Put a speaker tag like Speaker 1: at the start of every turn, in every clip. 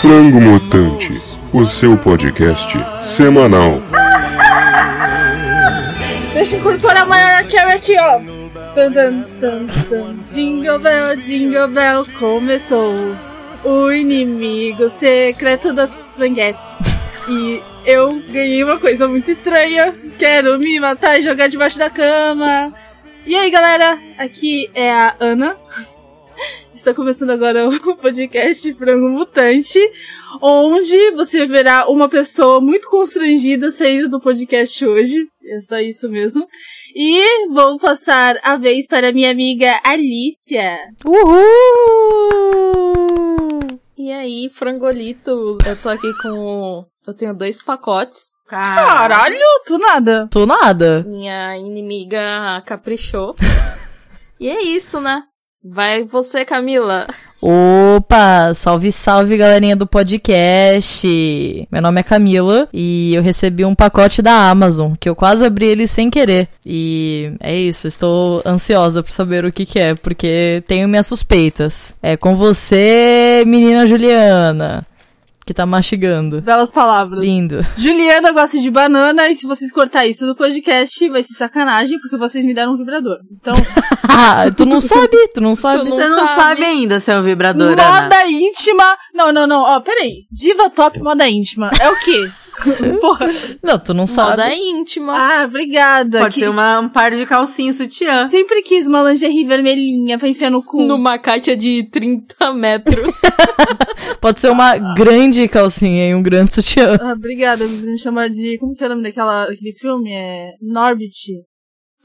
Speaker 1: Frango Mutante, o seu podcast semanal.
Speaker 2: Deixa eu incorporar a maior Carey aqui, ó. Tan, tan, tan, tan. Jingle Bell, Jingle Bell, começou. O inimigo secreto das franguetes. E eu ganhei uma coisa muito estranha. Quero me matar e jogar debaixo da cama. E aí, galera? Aqui é a Ana. Está começando agora o podcast Frango Mutante, onde você verá uma pessoa muito constrangida saindo do podcast hoje. É só isso mesmo. E vou passar a vez para minha amiga Alicia.
Speaker 3: Uhul! E aí, frangolitos? Eu tô aqui com. Eu tenho dois pacotes.
Speaker 2: Caralho, tu nada.
Speaker 4: Tô nada.
Speaker 3: Minha inimiga caprichou. e é isso, né? Vai você, Camila.
Speaker 4: Opa, salve, salve galerinha do podcast. Meu nome é Camila e eu recebi um pacote da Amazon, que eu quase abri ele sem querer. E é isso, estou ansiosa por saber o que que é, porque tenho minhas suspeitas. É com você, menina Juliana, que tá mastigando.
Speaker 2: Belas palavras.
Speaker 4: Lindo.
Speaker 2: Juliana gosta de banana e se vocês cortar isso do podcast vai ser sacanagem porque vocês me deram um vibrador. Então,
Speaker 4: tu não sabe, tu não sabe.
Speaker 3: não
Speaker 5: Você não
Speaker 3: sabe.
Speaker 5: sabe. ainda se é um vibrador, Ana.
Speaker 2: moda íntima. Não, não, não. Ó, peraí. Diva top moda íntima. É o quê? Porra.
Speaker 4: Não, tu não sabe.
Speaker 3: Moda íntima.
Speaker 2: Ah, obrigada.
Speaker 5: Pode
Speaker 2: Que-
Speaker 5: ser uma- um par de calcinha sutiã.
Speaker 2: Sempre quis uma lingerie vermelhinha pra enfiar no cu.
Speaker 3: Numa caixa de 30 metros.
Speaker 4: Pode ser uma grande calcinha e um grande sutiã.
Speaker 2: Ah, obrigada por me chamar de. Como que é o nome daquela, daquele filme? É. Norbit.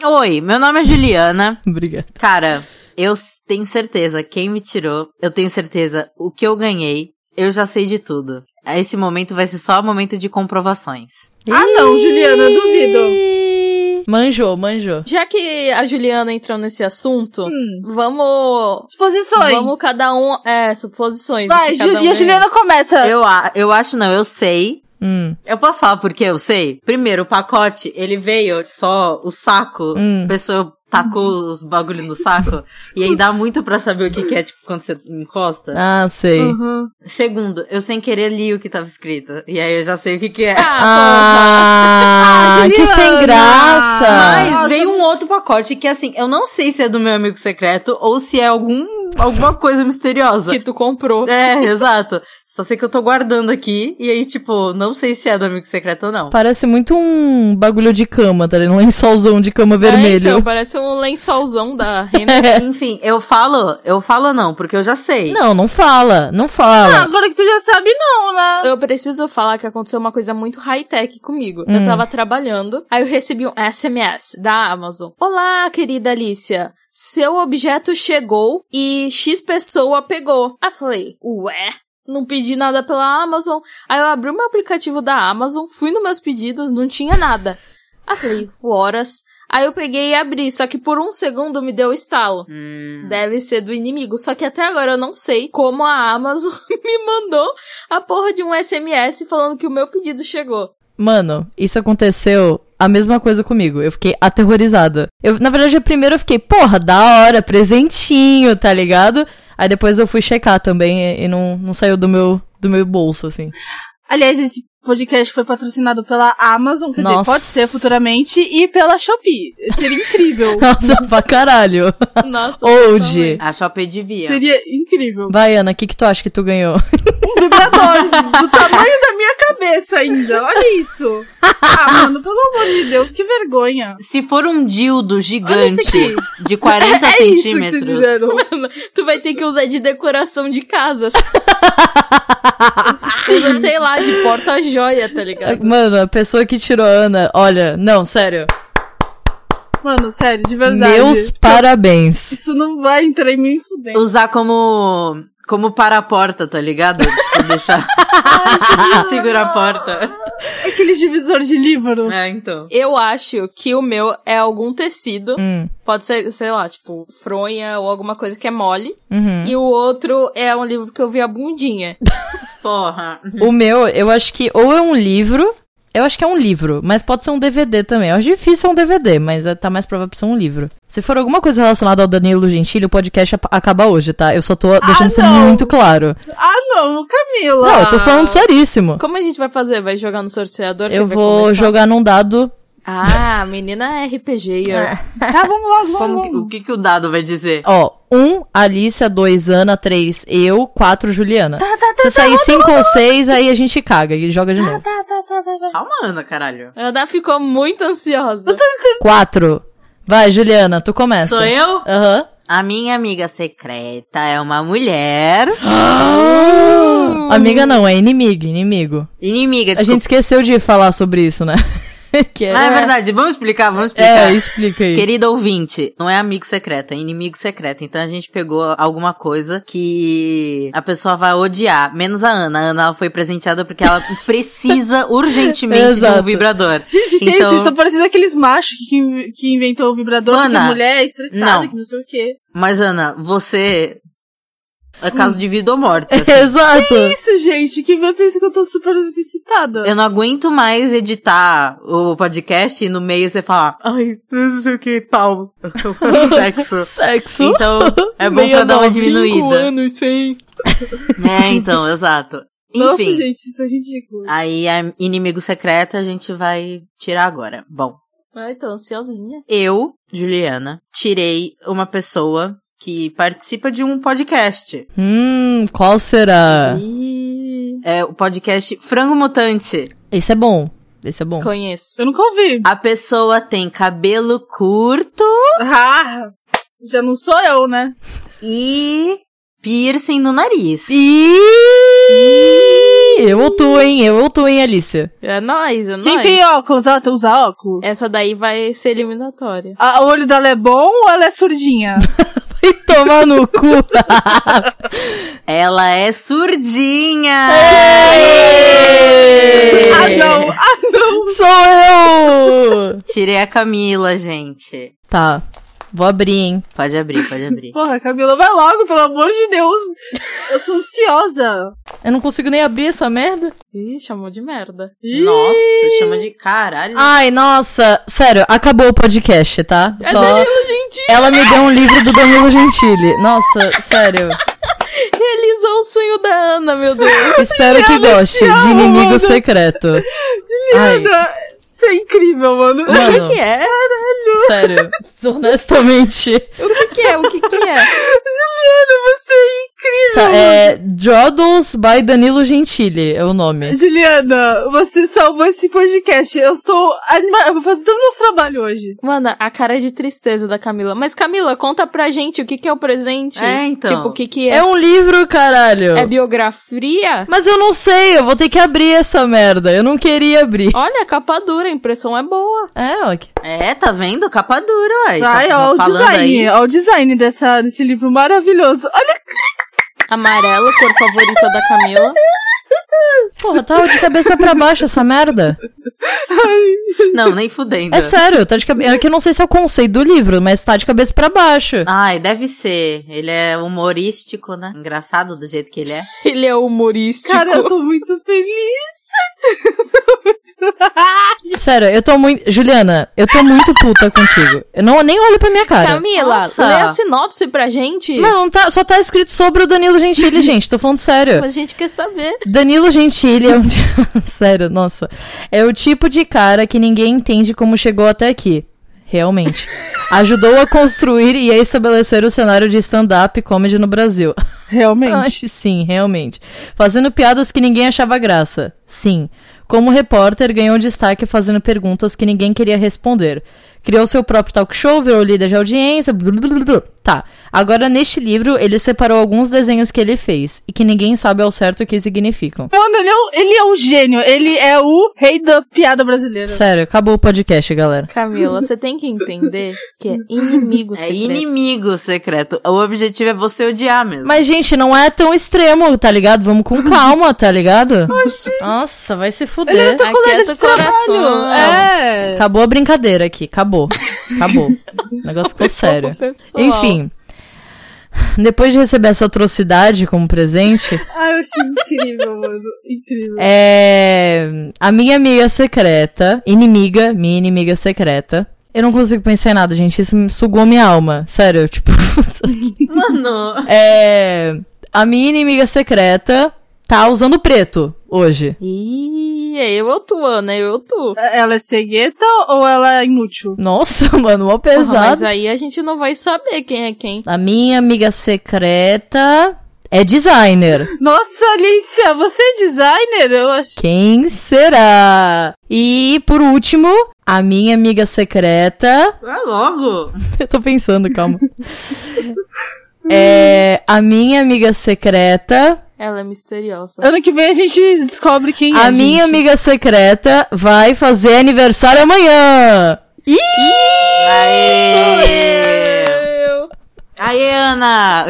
Speaker 5: Oi, meu nome é Juliana.
Speaker 4: Obrigada.
Speaker 5: Cara, eu s- tenho certeza, quem me tirou, eu tenho certeza, o que eu ganhei, eu já sei de tudo. Esse momento vai ser só um momento de comprovações.
Speaker 2: Ah, não, Juliana, eu duvido.
Speaker 4: Manjou, manjou.
Speaker 3: Já que a Juliana entrou nesse assunto,
Speaker 2: Hum.
Speaker 3: vamos.
Speaker 2: Suposições.
Speaker 3: Vamos cada um. É, suposições.
Speaker 2: Vai,
Speaker 3: que cada
Speaker 2: Ju-
Speaker 3: um
Speaker 2: e a
Speaker 3: é.
Speaker 2: Juliana começa.
Speaker 5: Eu, a- eu acho não, eu sei.
Speaker 4: Hum.
Speaker 5: Eu posso falar porque eu sei? Primeiro, o pacote, ele veio só o saco.
Speaker 4: Hum.
Speaker 5: A pessoa tacou os bagulhos no saco. e aí dá muito pra saber o que, que é, tipo, quando você encosta.
Speaker 4: Ah, sei.
Speaker 2: Uhum.
Speaker 5: Segundo, eu sem querer li o que tava escrito. E aí eu já sei o que que é.
Speaker 4: Ah,
Speaker 2: Ah,
Speaker 4: que sem
Speaker 2: Juliana!
Speaker 4: graça!
Speaker 5: Mas
Speaker 2: nossa.
Speaker 5: veio um outro pacote que, assim, eu não sei se é do meu amigo secreto ou se é algum, alguma coisa misteriosa.
Speaker 3: Que tu comprou.
Speaker 5: É, exato. Só sei que eu tô guardando aqui. E aí, tipo, não sei se é do amigo secreto ou não.
Speaker 4: Parece muito um bagulho de cama, tá ligado? Um lençolzão de cama vermelho.
Speaker 3: É, então, parece um lençolzão da Renner.
Speaker 2: É.
Speaker 5: Enfim, eu falo, eu falo não, porque eu já sei.
Speaker 4: Não, não fala, não
Speaker 2: Ah,
Speaker 4: fala.
Speaker 2: agora que tu já sabe, não, né?
Speaker 3: Eu preciso falar que aconteceu uma coisa muito high-tech comigo. Eu
Speaker 4: Hum.
Speaker 3: tava trabalhando, aí eu recebi um SMS da Amazon. Olá, querida Alicia. Seu objeto chegou e X pessoa pegou. Aí eu falei, ué? Não pedi nada pela Amazon. Aí eu abri o meu aplicativo da Amazon, fui nos meus pedidos, não tinha nada. Aí eu falei, horas. Aí eu peguei e abri, só que por um segundo me deu estalo.
Speaker 5: Hum.
Speaker 3: Deve ser do inimigo. Só que até agora eu não sei como a Amazon me mandou a porra de um SMS falando que o meu pedido chegou.
Speaker 4: Mano, isso aconteceu a mesma coisa comigo. Eu fiquei aterrorizada. Eu, na verdade, primeiro eu fiquei, porra, da hora, presentinho, tá ligado? Aí depois eu fui checar também e, e não, não saiu do meu, do meu bolso, assim.
Speaker 2: Aliás, esse podcast foi patrocinado pela Amazon, quer dizer,
Speaker 4: Nossa.
Speaker 2: pode ser futuramente, e pela Shopee. Seria incrível.
Speaker 4: Nossa, pra caralho.
Speaker 3: Nossa.
Speaker 4: Old.
Speaker 5: A Shopee devia.
Speaker 2: Seria incrível.
Speaker 4: Vai, Ana, o que, que tu acha que tu ganhou?
Speaker 2: Um vibrador do tamanho da minha cabeça ainda. Olha isso. Ah, mano, pelo amor de Deus, que vergonha.
Speaker 5: Se for um dildo
Speaker 2: Olha isso
Speaker 5: gigante
Speaker 2: aqui.
Speaker 5: de 40
Speaker 2: É isso que vocês
Speaker 5: Tá centímetros.
Speaker 2: fizeram.
Speaker 3: Tu vai ter que usar de decoração de casas. Seja, sei lá, de porta-joia, tá ligado?
Speaker 4: Mano, a pessoa que tirou a Ana, olha, não, sério.
Speaker 2: Mano, sério, de verdade.
Speaker 4: Meus parabéns.
Speaker 2: Isso não vai entrar em mim fudendo.
Speaker 5: Usar como. como para a porta, tá ligado? Tipo, deixar. Segura a porta.
Speaker 2: Aquele divisor de livro.
Speaker 5: É, então.
Speaker 3: Eu acho que o meu é algum tecido.
Speaker 4: Hum,
Speaker 3: Pode ser, sei lá, tipo, fronha ou alguma coisa que é mole.
Speaker 4: uhum.
Speaker 3: E o outro é um livro que eu vi a bundinha.
Speaker 5: Porra.
Speaker 4: O meu, eu acho que ou é um livro, eu acho que é um livro, mas pode ser um DVD também. Eu acho difícil ser um DVD, mas é- tá mais provável ser um livro. Se for alguma coisa relacionada ao Danilo Gentili, o podcast ap- acaba hoje, tá? Eu só tô deixando isso
Speaker 2: não.
Speaker 4: muito claro.
Speaker 2: Ah, amo, Camila.
Speaker 4: Não, eu tô falando seríssimo.
Speaker 3: Como a gente vai fazer? Vai jogar no sorteador? Quem
Speaker 4: Eu
Speaker 3: vai
Speaker 4: vou
Speaker 3: começar?
Speaker 4: jogar num dado.
Speaker 3: Ah, menina RPG.
Speaker 4: É.
Speaker 3: eu-
Speaker 2: Tá, vamos logo, vamos,
Speaker 5: Como, que-
Speaker 2: vamos.
Speaker 5: o que, que o dado vai dizer?
Speaker 4: Ó, 1, um, Alicia, 2, Ana, 3, eu, 4, Juliana. Se sair 5 ou 6, aí a gente caga e joga de novo.
Speaker 2: Tá, tá, tá, vai, vai.
Speaker 5: Calma, Ana, caralho.
Speaker 3: Ana ficou muito ansiosa.
Speaker 4: 4. Vai, Juliana, tu começa.
Speaker 5: Sou eu?
Speaker 4: Aham.
Speaker 5: A minha amiga secreta é uma mulher.
Speaker 4: Amiga não, é inimigo, inimigo.
Speaker 5: Inimiga,
Speaker 4: A gente
Speaker 5: desculpa.
Speaker 4: esqueceu de falar sobre isso, né? que é...
Speaker 5: Ah, é verdade. Vamos explicar, vamos explicar.
Speaker 4: É, explica aí.
Speaker 5: Querido ouvinte, não é amigo secreto, é inimigo secreto. Então a gente pegou alguma coisa que a pessoa vai odiar, menos a Ana. A Ana ela foi presenteada porque ela precisa urgentemente de um
Speaker 4: Exato.
Speaker 5: vibrador.
Speaker 2: Gente, que
Speaker 5: Então-
Speaker 2: isso? Vocês estão parecendo aqueles machos que, que, que inventou o vibrador,
Speaker 5: Ana,
Speaker 2: que mulher é estressada,
Speaker 5: não.
Speaker 2: que não sei o quê.
Speaker 5: Mas Ana, você é caso de vida ou morte. assim.
Speaker 4: Exato.
Speaker 2: Isso, gente, que vê pensa que eu tô super necessitada.
Speaker 5: Eu não aguento mais editar o podcast e no meio você falar, ai, eu não sei o que, pau, sexo.
Speaker 4: Sexo.
Speaker 5: Então, é bom pra dar uma
Speaker 2: né?
Speaker 5: diminuída.
Speaker 3: anos sem.
Speaker 5: É, então, exato.
Speaker 2: Nossa,
Speaker 5: Enfim.
Speaker 2: gente, isso é ridículo.
Speaker 5: Aí a inimigo secreto a gente vai tirar agora. Bom,
Speaker 3: Ai, tô ansiosinha.
Speaker 5: eu, Juliana, tirei uma pessoa que participa de um podcast.
Speaker 4: Hum, qual será?
Speaker 3: Ih,
Speaker 5: É o podcast Frango Mutante.
Speaker 4: Esse é bom. Esse é bom.
Speaker 3: conheço.
Speaker 2: Eu nunca ouvi.
Speaker 5: A pessoa tem cabelo curto
Speaker 2: Ah, já não sou eu, né?
Speaker 5: e piercing no nariz.
Speaker 4: E... Eu ou tu, hein? Eu ou tu, hein, Alicia?
Speaker 3: É nóis, é nóis.
Speaker 2: Quem tem óculos, ela tem usa óculos?
Speaker 3: Essa daí vai ser eliminatória.
Speaker 2: A- o olho dela é bom ou ela é surdinha?
Speaker 4: Vai tomar no cu.
Speaker 5: Ela é surdinha. É.
Speaker 2: ah, não! Ah,
Speaker 4: Sou
Speaker 2: É.
Speaker 4: eu!
Speaker 5: Tirei a Camila, gente.
Speaker 4: Tá. Vou abrir, hein?
Speaker 5: Pode abrir, pode abrir.
Speaker 2: porra, Camila, vai logo, pelo amor de Deus! Eu sou ansiosa!
Speaker 4: Eu não consigo nem abrir essa merda.
Speaker 3: Ih, chamou de merda.
Speaker 2: Ih, Ah.
Speaker 5: Nossa, chama de caralho.
Speaker 4: Ai, nossa. Sério, acabou o podcast, tá?
Speaker 2: É
Speaker 4: Só... Ela me deu um livro do Danilo Gentili. Nossa, sério.
Speaker 3: Realizou o sonho da Ana, meu Deus.
Speaker 4: Espero que goste de Inimigo Secreto. Ai,
Speaker 2: Ana, Isso é incrível, mano.
Speaker 3: O que
Speaker 4: Mano.
Speaker 3: que é?
Speaker 4: sério. Honestamente.
Speaker 3: O que que é? O que que é?
Speaker 2: Juliana, você é incrível!
Speaker 4: Tá, é Jodles by Danilo Gentili é o nome.
Speaker 2: Juliana, você salvou esse podcast. Eu estou animada. Eu vou fazer todo o nosso trabalho hoje.
Speaker 3: Mano, a cara de tristeza da Camila. Mas Camila, conta pra gente o que que é o presente.
Speaker 5: É, então.
Speaker 3: Tipo, o que que é?
Speaker 4: É um livro, caralho.
Speaker 3: É biografia?
Speaker 4: Mas eu não sei, eu vou ter que abrir essa merda. Eu não queria abrir.
Speaker 3: Olha, a capa dura, a impressão é boa.
Speaker 4: É, ok.
Speaker 5: É, tá vendo? Capa dura, ué.
Speaker 2: Ai,
Speaker 5: Tá
Speaker 2: ó, o
Speaker 5: falando
Speaker 2: design.
Speaker 5: aí.
Speaker 2: Ó, o design dessa, desse livro maravilhoso. Olha,
Speaker 3: Amarelo, cor favorita da Camila.
Speaker 4: Porra, tá de cabeça pra baixo essa merda.
Speaker 5: Não, nem fudendo.
Speaker 4: É sério, tá de cabeça. É que eu não sei se é o conceito do livro, mas tá de cabeça pra baixo.
Speaker 5: Ai, deve ser. Ele é humorístico, né? Engraçado do jeito que ele é.
Speaker 3: Ele é humorístico.
Speaker 2: cara, eu tô muito feliz.
Speaker 4: Sério, eu tô muito. Juliana, eu tô muito puta contigo. Eu não, nem olho pra minha cara.
Speaker 3: Camila,
Speaker 5: Nossa.
Speaker 3: lê a sinopse pra gente.
Speaker 4: Não, não tá, só tá escrito sobre o Danilo Gentili, gente. Tô falando sério.
Speaker 3: Mas a gente quer saber.
Speaker 4: Danilo Gentili é um. ti- Sério, nossa. É o tipo de cara que ninguém entende como chegou até aqui. Realmente. Ajudou a construir e a estabelecer o cenário de stand-up comedy no Brasil. Ai,
Speaker 2: Realmente.
Speaker 4: sim, realmente. Fazendo piadas que ninguém achava graça. Sim. Como repórter, ganhou destaque fazendo perguntas que ninguém queria responder. Criou seu próprio talk show, virou líder de audiência. Blu, blu, blu, blu. Tá. Agora, neste livro, ele separou alguns desenhos que ele fez e que ninguém sabe ao certo o que significam.
Speaker 2: Mano, ele é, um, ele é um gênio. Ele é o rei da piada brasileira.
Speaker 4: Sério, acabou o podcast, galera.
Speaker 3: Camila, você tem que entender que é inimigo
Speaker 5: É
Speaker 3: secreto.
Speaker 5: inimigo secreto. O objetivo é você odiar mesmo.
Speaker 4: Mas, gente, não é tão extremo, tá ligado? Vamos com calma, tá ligado? Nossa, vai se fuder.
Speaker 2: Tá com nada de
Speaker 3: Aquieta o coração.
Speaker 2: trabalho. É.
Speaker 4: Acabou a brincadeira aqui, acabou. Acabou. o negócio ficou sério.
Speaker 3: Pessoal.
Speaker 4: Enfim. Depois de receber essa atrocidade como presente,
Speaker 2: Ai, eu achei incrível, mano. Incrível.
Speaker 4: é. A minha amiga secreta, inimiga, minha inimiga secreta. Eu não consigo pensar em nada, gente. Isso me sugou minha alma. Sério, tipo.
Speaker 5: Mano.
Speaker 4: É. A minha inimiga secreta tá usando preto hoje.
Speaker 3: Ih, é eu ou tu, Ana? É Eu ou tu?
Speaker 2: Ela é cegueta ou ela é inútil?
Speaker 4: Nossa, mano, mó pesado.
Speaker 3: Porra, mas é- aí a gente não vai saber quem é quem.
Speaker 4: A minha amiga secreta é designer.
Speaker 2: Nossa, Alicia, você é designer? Eu acho.
Speaker 4: Quem será? E por último, a minha amiga secreta.
Speaker 5: É logo.
Speaker 4: Eu tô pensando, calma. é a minha amiga secreta.
Speaker 3: Ela é misteriosa.
Speaker 2: Ano que vem a gente descobre quem é.
Speaker 4: A minha
Speaker 2: gente.
Speaker 4: amiga secreta vai fazer aniversário amanhã. Ih!
Speaker 5: Aê!
Speaker 3: Eu.
Speaker 5: Aê, Ana!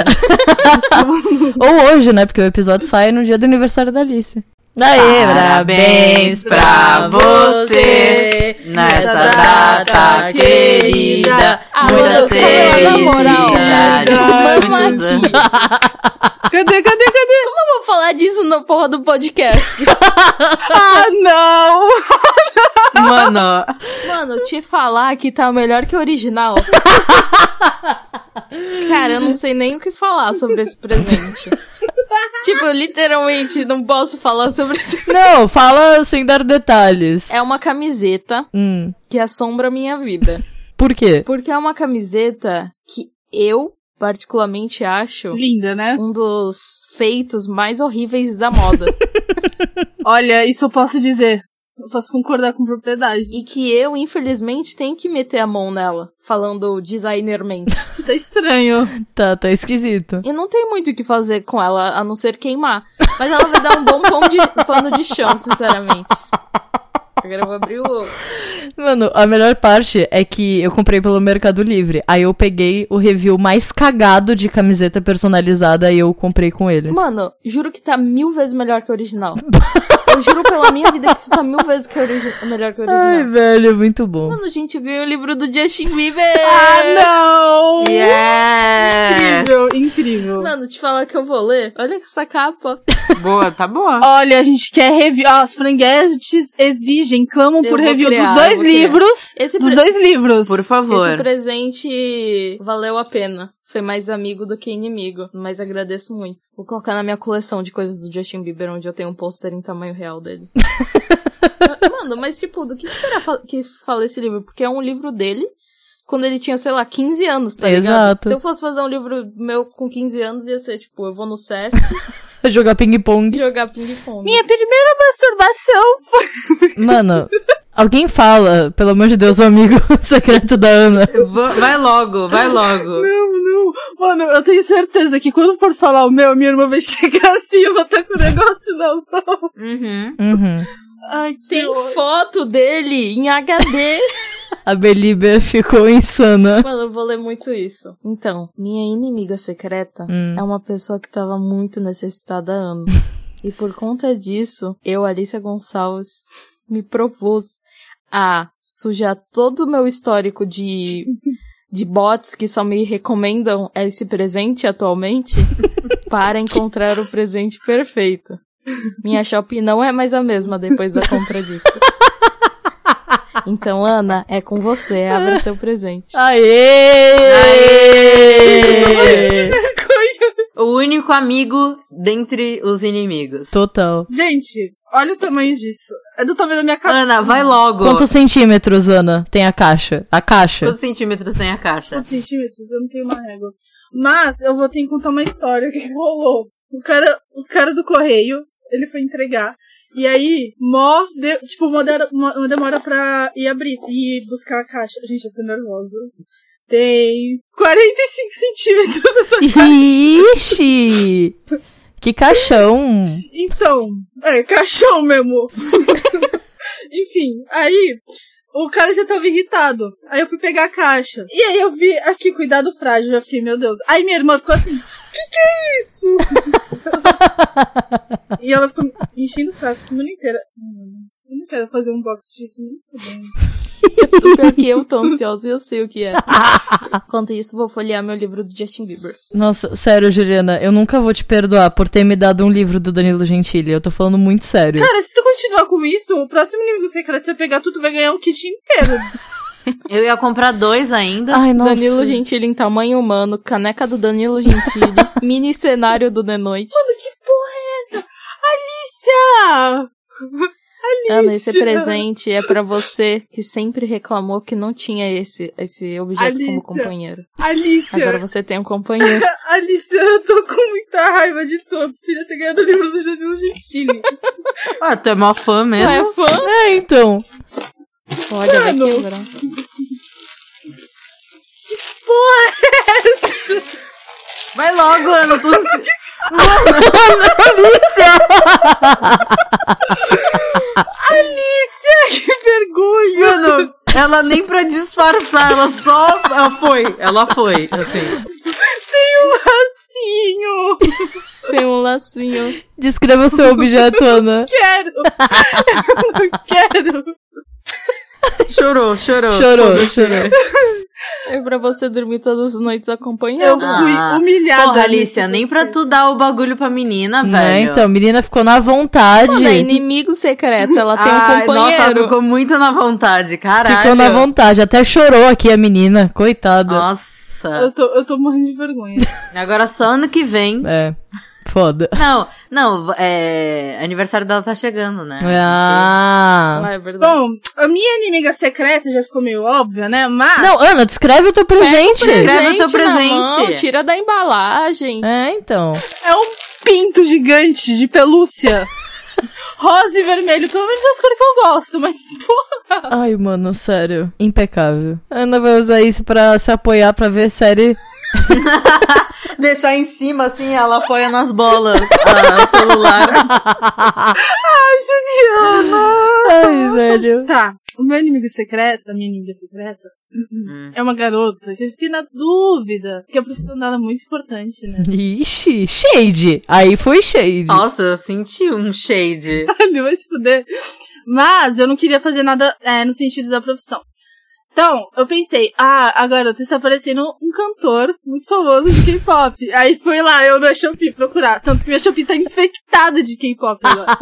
Speaker 4: Ou hoje, né? Porque o episódio sai no dia do aniversário da Alice. Daí,
Speaker 5: Parabéns pra você nessa data querida.
Speaker 3: Ah,
Speaker 5: Muita
Speaker 3: mano,
Speaker 2: na moral.
Speaker 5: felicidade.
Speaker 3: Vamos aqui.
Speaker 2: Cadê, cadê, cadê?
Speaker 3: Como eu vou falar disso na porra do podcast?
Speaker 2: Ah, não!
Speaker 5: Mano,
Speaker 3: Mano, te falar que tá melhor que o original. Cara, eu não sei nem o que falar sobre esse presente. tipo, eu literalmente não posso falar sobre isso.
Speaker 4: Não, fala sem dar detalhes.
Speaker 3: É uma camiseta
Speaker 4: Hum,
Speaker 3: que assombra a minha vida.
Speaker 4: por quê?
Speaker 3: Porque é uma camiseta que eu, particularmente, acho
Speaker 2: Linda, né?
Speaker 3: um dos feitos mais horríveis da moda.
Speaker 2: Olha, isso eu posso dizer. Eu posso concordar com propriedade.
Speaker 3: e que eu, infelizmente, tenho que meter a mão nela, falando designermente.
Speaker 2: Isso tá estranho.
Speaker 4: Tá, tá esquisito.
Speaker 3: E não tem muito o que fazer com ela, a não ser queimar. Mas ela vai dar um bom pão de, pano de chão, sinceramente. Agora eu vou abrir o.
Speaker 4: Mano, a melhor parte é que eu comprei pelo Mercado Livre. Aí eu peguei o review mais cagado de camiseta personalizada e eu comprei com ele.
Speaker 3: Mano, juro que tá mil vezes melhor que o original. Eu juro pela minha vida que isso tá mil vezes que o origi- melhor que o
Speaker 4: Ai,
Speaker 3: original.
Speaker 4: velho, muito bom.
Speaker 3: Mano, gente, eu ganhei o livro do Justin Bieber!
Speaker 2: Ah, não!
Speaker 3: É.
Speaker 5: yes!
Speaker 2: Incrível, incrível.
Speaker 3: Mano, te falar que eu vou ler. Olha essa capa.
Speaker 5: Boa, tá boa.
Speaker 2: Olha, a gente quer review. Ah, os franguetes exigem, clamam
Speaker 3: Eu
Speaker 2: por
Speaker 3: vou
Speaker 2: review
Speaker 3: criar,
Speaker 2: dos dois
Speaker 3: eu vou criar.
Speaker 2: livros.
Speaker 3: Esse
Speaker 2: dos
Speaker 3: pre-
Speaker 2: dois livros.
Speaker 5: Por favor.
Speaker 3: Esse presente valeu a pena. Foi mais amigo do que inimigo. Mas agradeço muito. Vou colocar na minha coleção de coisas do Justin Bieber, onde eu tenho um pôster em tamanho real dele. Ma- Mano, mas tipo, do que será fa- que fala esse livro? Porque é um livro dele. Quando ele tinha, sei lá, 15 anos, tá ligado?
Speaker 4: Exato.
Speaker 3: Se eu fosse fazer um livro meu com 15 anos, ia ser, tipo, eu vou no Sesc
Speaker 4: Jogar ping-pong.
Speaker 3: jogar ping-pong.
Speaker 2: Minha primeira masturbação foi.
Speaker 4: Mano, alguém fala, pelo amor de Deus, o amigo secreto da Ana.
Speaker 5: Va- Vai logo, vai logo.
Speaker 2: Não, não. Mano, eu tenho certeza que quando for falar o meu, minha irmã vai chegar assim e vai estar com o negócio na mão.
Speaker 5: Uhum.
Speaker 4: Uhum.
Speaker 2: Ai, que
Speaker 3: Tem
Speaker 2: horror.
Speaker 3: foto dele em HD.
Speaker 4: A Belieber ficou insana.
Speaker 3: Mano, eu vou ler muito isso. Então, minha inimiga secreta
Speaker 4: Hum.
Speaker 3: é uma pessoa que tava muito necessitada há anos. e por conta disso, eu, Alicia Gonçalves, me propus a sujar todo o meu histórico de, de bots que só me recomendam esse presente atualmente para encontrar o presente perfeito. Minha shopping não é mais a mesma depois da compra disso. Então, Ana, é com você. Abra seu presente.
Speaker 4: Aê!
Speaker 5: O único amigo dentre os inimigos.
Speaker 4: Total.
Speaker 2: Gente, olha o tamanho disso. É do tamanho da minha cabeça.
Speaker 5: Ana, vai logo.
Speaker 4: Quantos centímetros, Ana, tem a caixa? A caixa?
Speaker 5: Quantos centímetros tem a caixa?
Speaker 2: Quantos centímetros? Eu não tenho uma régua. Mas eu vou ter que contar uma história que rolou. O cara, o cara do correio, ele foi entregar. E aí, mó, de- tipo, mó dera- mó- mó demora pra ir abrir e buscar a caixa. Gente, eu tô nervosa. Tem 45 centímetros essa caixa.
Speaker 4: Ixi! Que caixão!
Speaker 2: Então, é, caixão mesmo. Enfim, aí o cara já tava irritado. Aí eu fui pegar a caixa. E aí eu vi aqui, cuidado frágil. Eu fiquei, meu Deus. Aí minha irmã ficou assim, que que é isso? e ela ficou me enchendo o saco a semana inteira. Hum, Eu não quero fazer um box disso, nem fudendo.
Speaker 3: Do pior que eu tô ansiosa e eu sei o que é. Enquanto isso, vou folhear meu livro do Justin Bieber.
Speaker 4: Nossa, sério, Juliana, eu nunca vou te perdoar por ter me dado um livro do Danilo Gentili. Eu tô falando muito sério.
Speaker 2: Cara, se tu continuar com isso, o próximo inimigo secreto que você pegar, tu, tu vai ganhar um kit inteiro.
Speaker 5: Eu ia comprar dois ainda.
Speaker 4: Ai, nossa.
Speaker 3: Danilo Gentili em tamanho humano, caneca do Danilo Gentili, mini cenário do The Noite.
Speaker 2: Mano, que porra é essa? Aí Alicia!
Speaker 3: Ana, esse
Speaker 2: Alicia.
Speaker 3: presente é pra você que sempre reclamou que não tinha esse, esse objeto como
Speaker 2: Alicia.
Speaker 3: companheiro.
Speaker 2: Alicia!
Speaker 3: Agora você tem um companheiro.
Speaker 2: Alice, eu tô com muita raiva de todos. Filha ter ganhado o livro do Danilo Gentili.
Speaker 5: Ah, tu é mó fã mesmo.
Speaker 3: Não é fã?
Speaker 4: É, então.
Speaker 3: Olha, vai
Speaker 2: Mano.
Speaker 3: quebrar.
Speaker 5: Vai logo, Ana. Tu...
Speaker 2: Alice, que vergonha!
Speaker 5: Mano, ela nem pra disfarçar, ela só. Ela foi. Ela foi, assim.
Speaker 2: Tem um lacinho!
Speaker 3: Tem um lacinho.
Speaker 4: Descreva o seu objeto, Ana.
Speaker 2: Quero! Eu não quero!
Speaker 5: Chorou, chorou.
Speaker 4: Chorou, chorou.
Speaker 3: É pra você dormir todas as noites
Speaker 2: Eu
Speaker 3: acompanhando.
Speaker 2: fui
Speaker 5: Ah,
Speaker 2: humilhada.
Speaker 5: Porra,
Speaker 2: nesse
Speaker 5: Alicia, nem pra tu dar o bagulho pra menina,
Speaker 4: Né,
Speaker 5: velho.
Speaker 4: então, a menina ficou na vontade.
Speaker 3: Mano, é inimigo secreto. Ela tem
Speaker 5: Ai,
Speaker 3: um
Speaker 5: Nossa, ela
Speaker 3: companheiro.
Speaker 5: ficou muito na vontade, caralho.
Speaker 4: Ficou na vontade. Até chorou aqui a menina. Coitada.
Speaker 5: Nossa.
Speaker 2: Eu tô, eu tô morrendo de vergonha.
Speaker 5: Agora só ano que vem.
Speaker 4: É. Foda.
Speaker 5: Não, não, é. Aniversário dela tá chegando, né?
Speaker 4: Ah.
Speaker 3: Ah, é verdade.
Speaker 2: Bom, a minha inimiga secreta já ficou meio óbvia, né? Mas.
Speaker 4: Não, Ana, descreve o teu presente.
Speaker 5: Escreve o teu
Speaker 3: presente na mão,
Speaker 5: presente.
Speaker 3: tira da embalagem.
Speaker 4: É, então.
Speaker 2: É um pinto gigante de pelúcia. Rosa e vermelho, pelo menos é as cores que eu gosto, mas porra,
Speaker 4: Ai, mano, sério. Impecável. Ana vai usar isso pra se apoiar pra ver série.
Speaker 5: Deixar em cima, assim, ela apoia nas bolas. ah, o celular.
Speaker 4: Ai, velho.
Speaker 2: Tá, o meu inimigo secreto, a minha inimiga secreta, é uma garota que eu fiquei na dúvida, que a profissão dela é muito importante, né?
Speaker 4: Ixi, shade. Aí foi shade.
Speaker 5: Nossa, eu senti um shade.
Speaker 2: Não vai se fuder. Mas eu não queria fazer nada é, no sentido da profissão. Então, eu pensei, ah, a garota está parecendo um cantor muito famoso de K-pop. Aí fui lá, eu na Shopee procurar. Tanto que minha Shopee tá infectada de K-pop agora.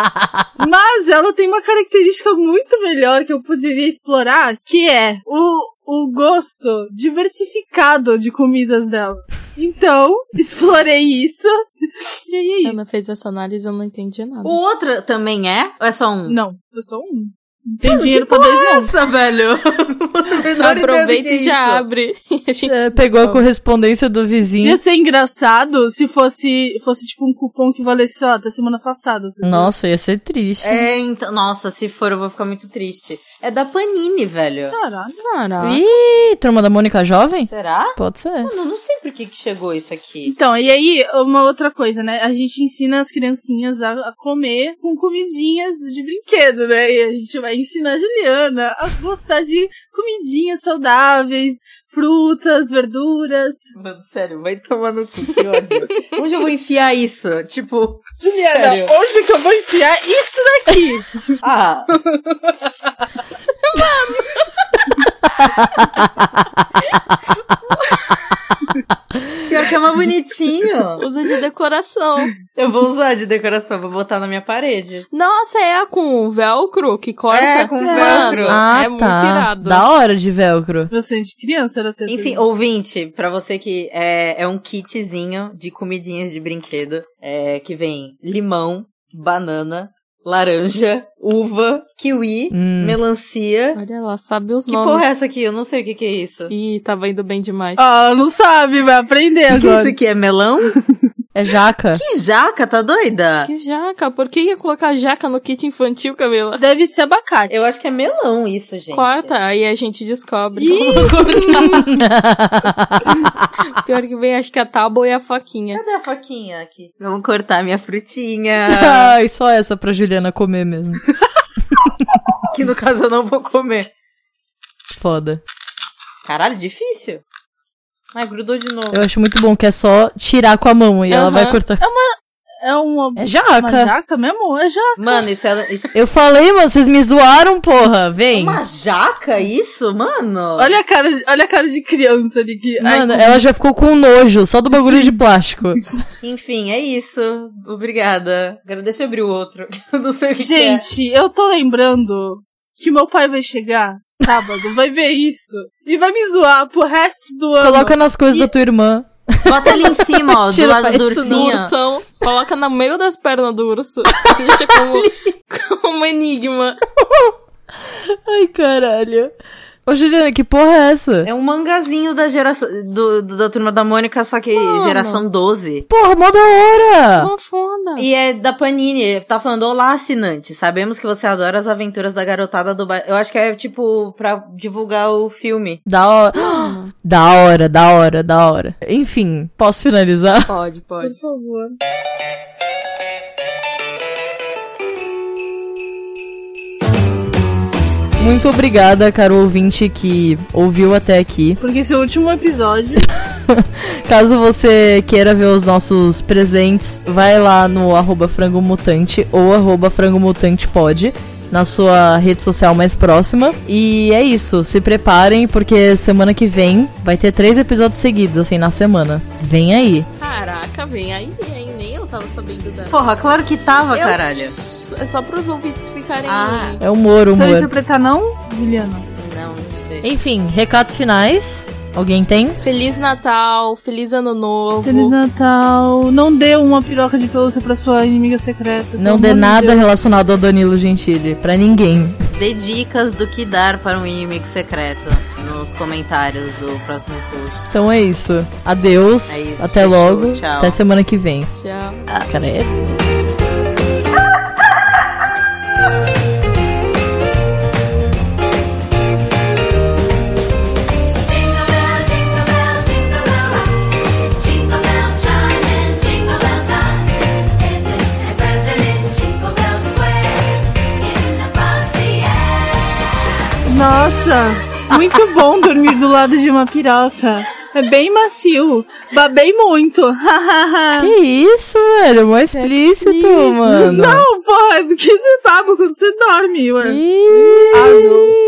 Speaker 2: Mas ela tem uma característica muito melhor que eu poderia explorar, que é o, o gosto diversificado de comidas dela. Então, explorei isso. E aí é isso.
Speaker 3: Ana fez essa análise, eu não entendi nada.
Speaker 5: O outro também é? Ou é só um?
Speaker 2: Não, eu sou um. Não é tenho dinheiro pra dois, não.
Speaker 5: Nossa, velho. Você menor
Speaker 3: Aproveita
Speaker 5: ideia do
Speaker 3: e
Speaker 5: que
Speaker 3: já
Speaker 5: é isso.
Speaker 3: abre. A gente
Speaker 4: É, pegou a
Speaker 3: descobre.
Speaker 4: correspondência do vizinho.
Speaker 2: Ia ser engraçado se fosse, fosse tipo um cupom que valesse, sei lá, até semana passada. tá ligado?
Speaker 4: Nossa, ia ser triste.
Speaker 5: É, então, nossa, se for eu vou ficar muito triste. É da Panini, velho.
Speaker 2: Caralho.
Speaker 3: Caraca.
Speaker 4: Ih, turma da Mônica Jovem?
Speaker 5: Será?
Speaker 4: Pode ser.
Speaker 5: Mano, eu não sei por que que chegou isso aqui.
Speaker 2: Então, e aí, uma outra coisa, né? A gente ensina as criancinhas a, a comer com comidinhas de brinquedo, né? E a gente vai ensinar a Juliana a gostar de comidinhas saudáveis, frutas, verduras.
Speaker 5: Mano, sério, vai tomar no cu, que ódio. Onde eu vou enfiar isso? Tipo,
Speaker 2: Juliana,
Speaker 5: Sério?
Speaker 2: onde que eu vou enfiar isso daqui?
Speaker 5: ah, pior que é mais bonitinho.
Speaker 3: Usa de decoração.
Speaker 5: Eu vou usar de decoração, vou botar na minha parede.
Speaker 3: Nossa, é com velcro que corta?
Speaker 5: É, com
Speaker 3: Mano,
Speaker 5: velcro.
Speaker 4: Ah,
Speaker 3: é
Speaker 4: tá.
Speaker 3: muito irado.
Speaker 4: Da hora de velcro.
Speaker 2: Meu sonho é de criança era ter.
Speaker 5: Enfim,
Speaker 2: essa-
Speaker 5: ouvinte, pra você que é, é um kitzinho de comidinhas de brinquedo, é, que vem limão, banana, laranja, uva, kiwi,
Speaker 4: Hum.
Speaker 5: melancia.
Speaker 3: Olha lá, sabe os
Speaker 5: Que
Speaker 3: nomes.
Speaker 5: porra é essa aqui? Eu não sei o que, que é isso.
Speaker 3: Ih, tava indo bem demais.
Speaker 2: Ah, não sabe, vai aprender
Speaker 5: Que
Speaker 2: agora.
Speaker 5: isso aqui é melão?
Speaker 4: É jaca.
Speaker 5: Que jaca, tá doida?
Speaker 3: Que jaca? Por que ia colocar jaca no kit infantil, Camila?
Speaker 2: Deve ser abacate.
Speaker 5: Eu acho que é melão isso, gente.
Speaker 3: Corta, aí a gente descobre. Pior que vem, acho que a tábua e a faquinha.
Speaker 5: Cadê a faquinha aqui? Vamos cortar minha
Speaker 4: É.
Speaker 5: frutinha.
Speaker 4: Ai, só essa pra Juliana comer mesmo.
Speaker 5: que no caso eu não vou comer.
Speaker 4: Foda.
Speaker 5: Caralho, difícil. Ai, grudou de novo.
Speaker 4: Eu acho muito bom que é só tirar com a mão e ela
Speaker 3: Aham.
Speaker 4: vai cortar.
Speaker 2: É uma,
Speaker 4: É
Speaker 2: uma
Speaker 4: jaca.
Speaker 2: jaca mesmo? É jaca.
Speaker 5: Mano, isso é, isso
Speaker 4: Eu falei, mano, vocês me zoaram, porra.
Speaker 5: é
Speaker 4: Vem.
Speaker 5: uma jaca, isso, mano?
Speaker 2: Olha a cara de, olha a cara de criança ali que. ai, é
Speaker 4: Mano, é ela já ficou com nojo só do bagulho de plástico.
Speaker 5: Enfim, é isso. Obrigada. Agora deixa eu abrir o outro. Eu não sei o que que é.
Speaker 2: gente, eu tô lembrando que meu pai vai chegar sábado, vai ver isso e vai me zoar pro resto do ano.
Speaker 4: Coloca nas coisas
Speaker 2: E-
Speaker 4: da tua irmã.
Speaker 5: Bota ali em cima, ó, do
Speaker 4: Tira,
Speaker 5: lado
Speaker 4: faz
Speaker 5: do
Speaker 4: isso
Speaker 3: do
Speaker 5: ursinho.
Speaker 3: ursão, coloca no meio das pernas do urso. e Deixa como, como enigma.
Speaker 4: Ai, caralho. Ô, Juliana, que porra é essa?
Speaker 5: É um mangazinho da geração. Do, do- da turma da Mônica, só que geração 12.
Speaker 4: Porra, mó da hora!
Speaker 3: Uma foda.
Speaker 5: E é da Panini, tá falando, olá assinante, sabemos que você adora as aventuras da garotada do bairro. Eu acho que é tipo pra divulgar o filme.
Speaker 4: Da hora. Da hora, da hora, da hora. Enfim, posso finalizar?
Speaker 3: Pode, pode.
Speaker 2: Por favor.
Speaker 4: Muito obrigada, caro ouvinte que ouviu até aqui.
Speaker 2: Porque esse é o último episódio.
Speaker 4: Caso você queira ver os nossos presentes, vai lá no arroba frangomutante ou arroba frangomutantepod na sua rede social mais próxima. E é isso, se preparem porque semana que vem vai ter três episódios seguidos, assim, na semana. Vem aí.
Speaker 3: Caraca, vem aí, hein? Nem eu tava sabendo dela.
Speaker 5: Porra, claro que tava,
Speaker 3: Eu-
Speaker 5: caralho.
Speaker 3: É só pros ouvintes ficarem.
Speaker 5: Ah.
Speaker 4: É humor,
Speaker 2: Sabe
Speaker 4: humor.
Speaker 2: interpretar não, Juliana?
Speaker 5: Não, não sei.
Speaker 4: Enfim, recados finais. Alguém tem?
Speaker 3: Feliz Natal, feliz Ano Novo.
Speaker 2: Feliz Natal. Não dê uma piroca de pelúcia pra sua inimiga secreta.
Speaker 4: Não
Speaker 2: pelo
Speaker 4: dê
Speaker 2: amor de
Speaker 4: nada
Speaker 2: Deus.
Speaker 4: relacionado ao Danilo Gentili, pra ninguém.
Speaker 5: Dê dicas do que dar para um inimigo secreto nos comentários do próximo post.
Speaker 4: Então é isso. Adeus.
Speaker 5: É isso,
Speaker 4: Até
Speaker 5: fechou,
Speaker 4: logo.
Speaker 5: tchau. Ah,
Speaker 4: Até semana que vem.
Speaker 3: Tchau.
Speaker 4: Cara, é
Speaker 6: Jingle bell, jingle bell, jingle bell rock. Jingle bell chime and jingle bell time. Dancing and prancing in Jingle Bell Square. In across the air.
Speaker 2: Nossa, muito bom dormir do lado de uma piroca. É bem macio. Babei muito.
Speaker 4: Que isso, velho? É Mó explícito, mano.
Speaker 2: Não, porra, é porque você sabe quando você dorme, ué.
Speaker 4: Ih.
Speaker 2: Ah, não.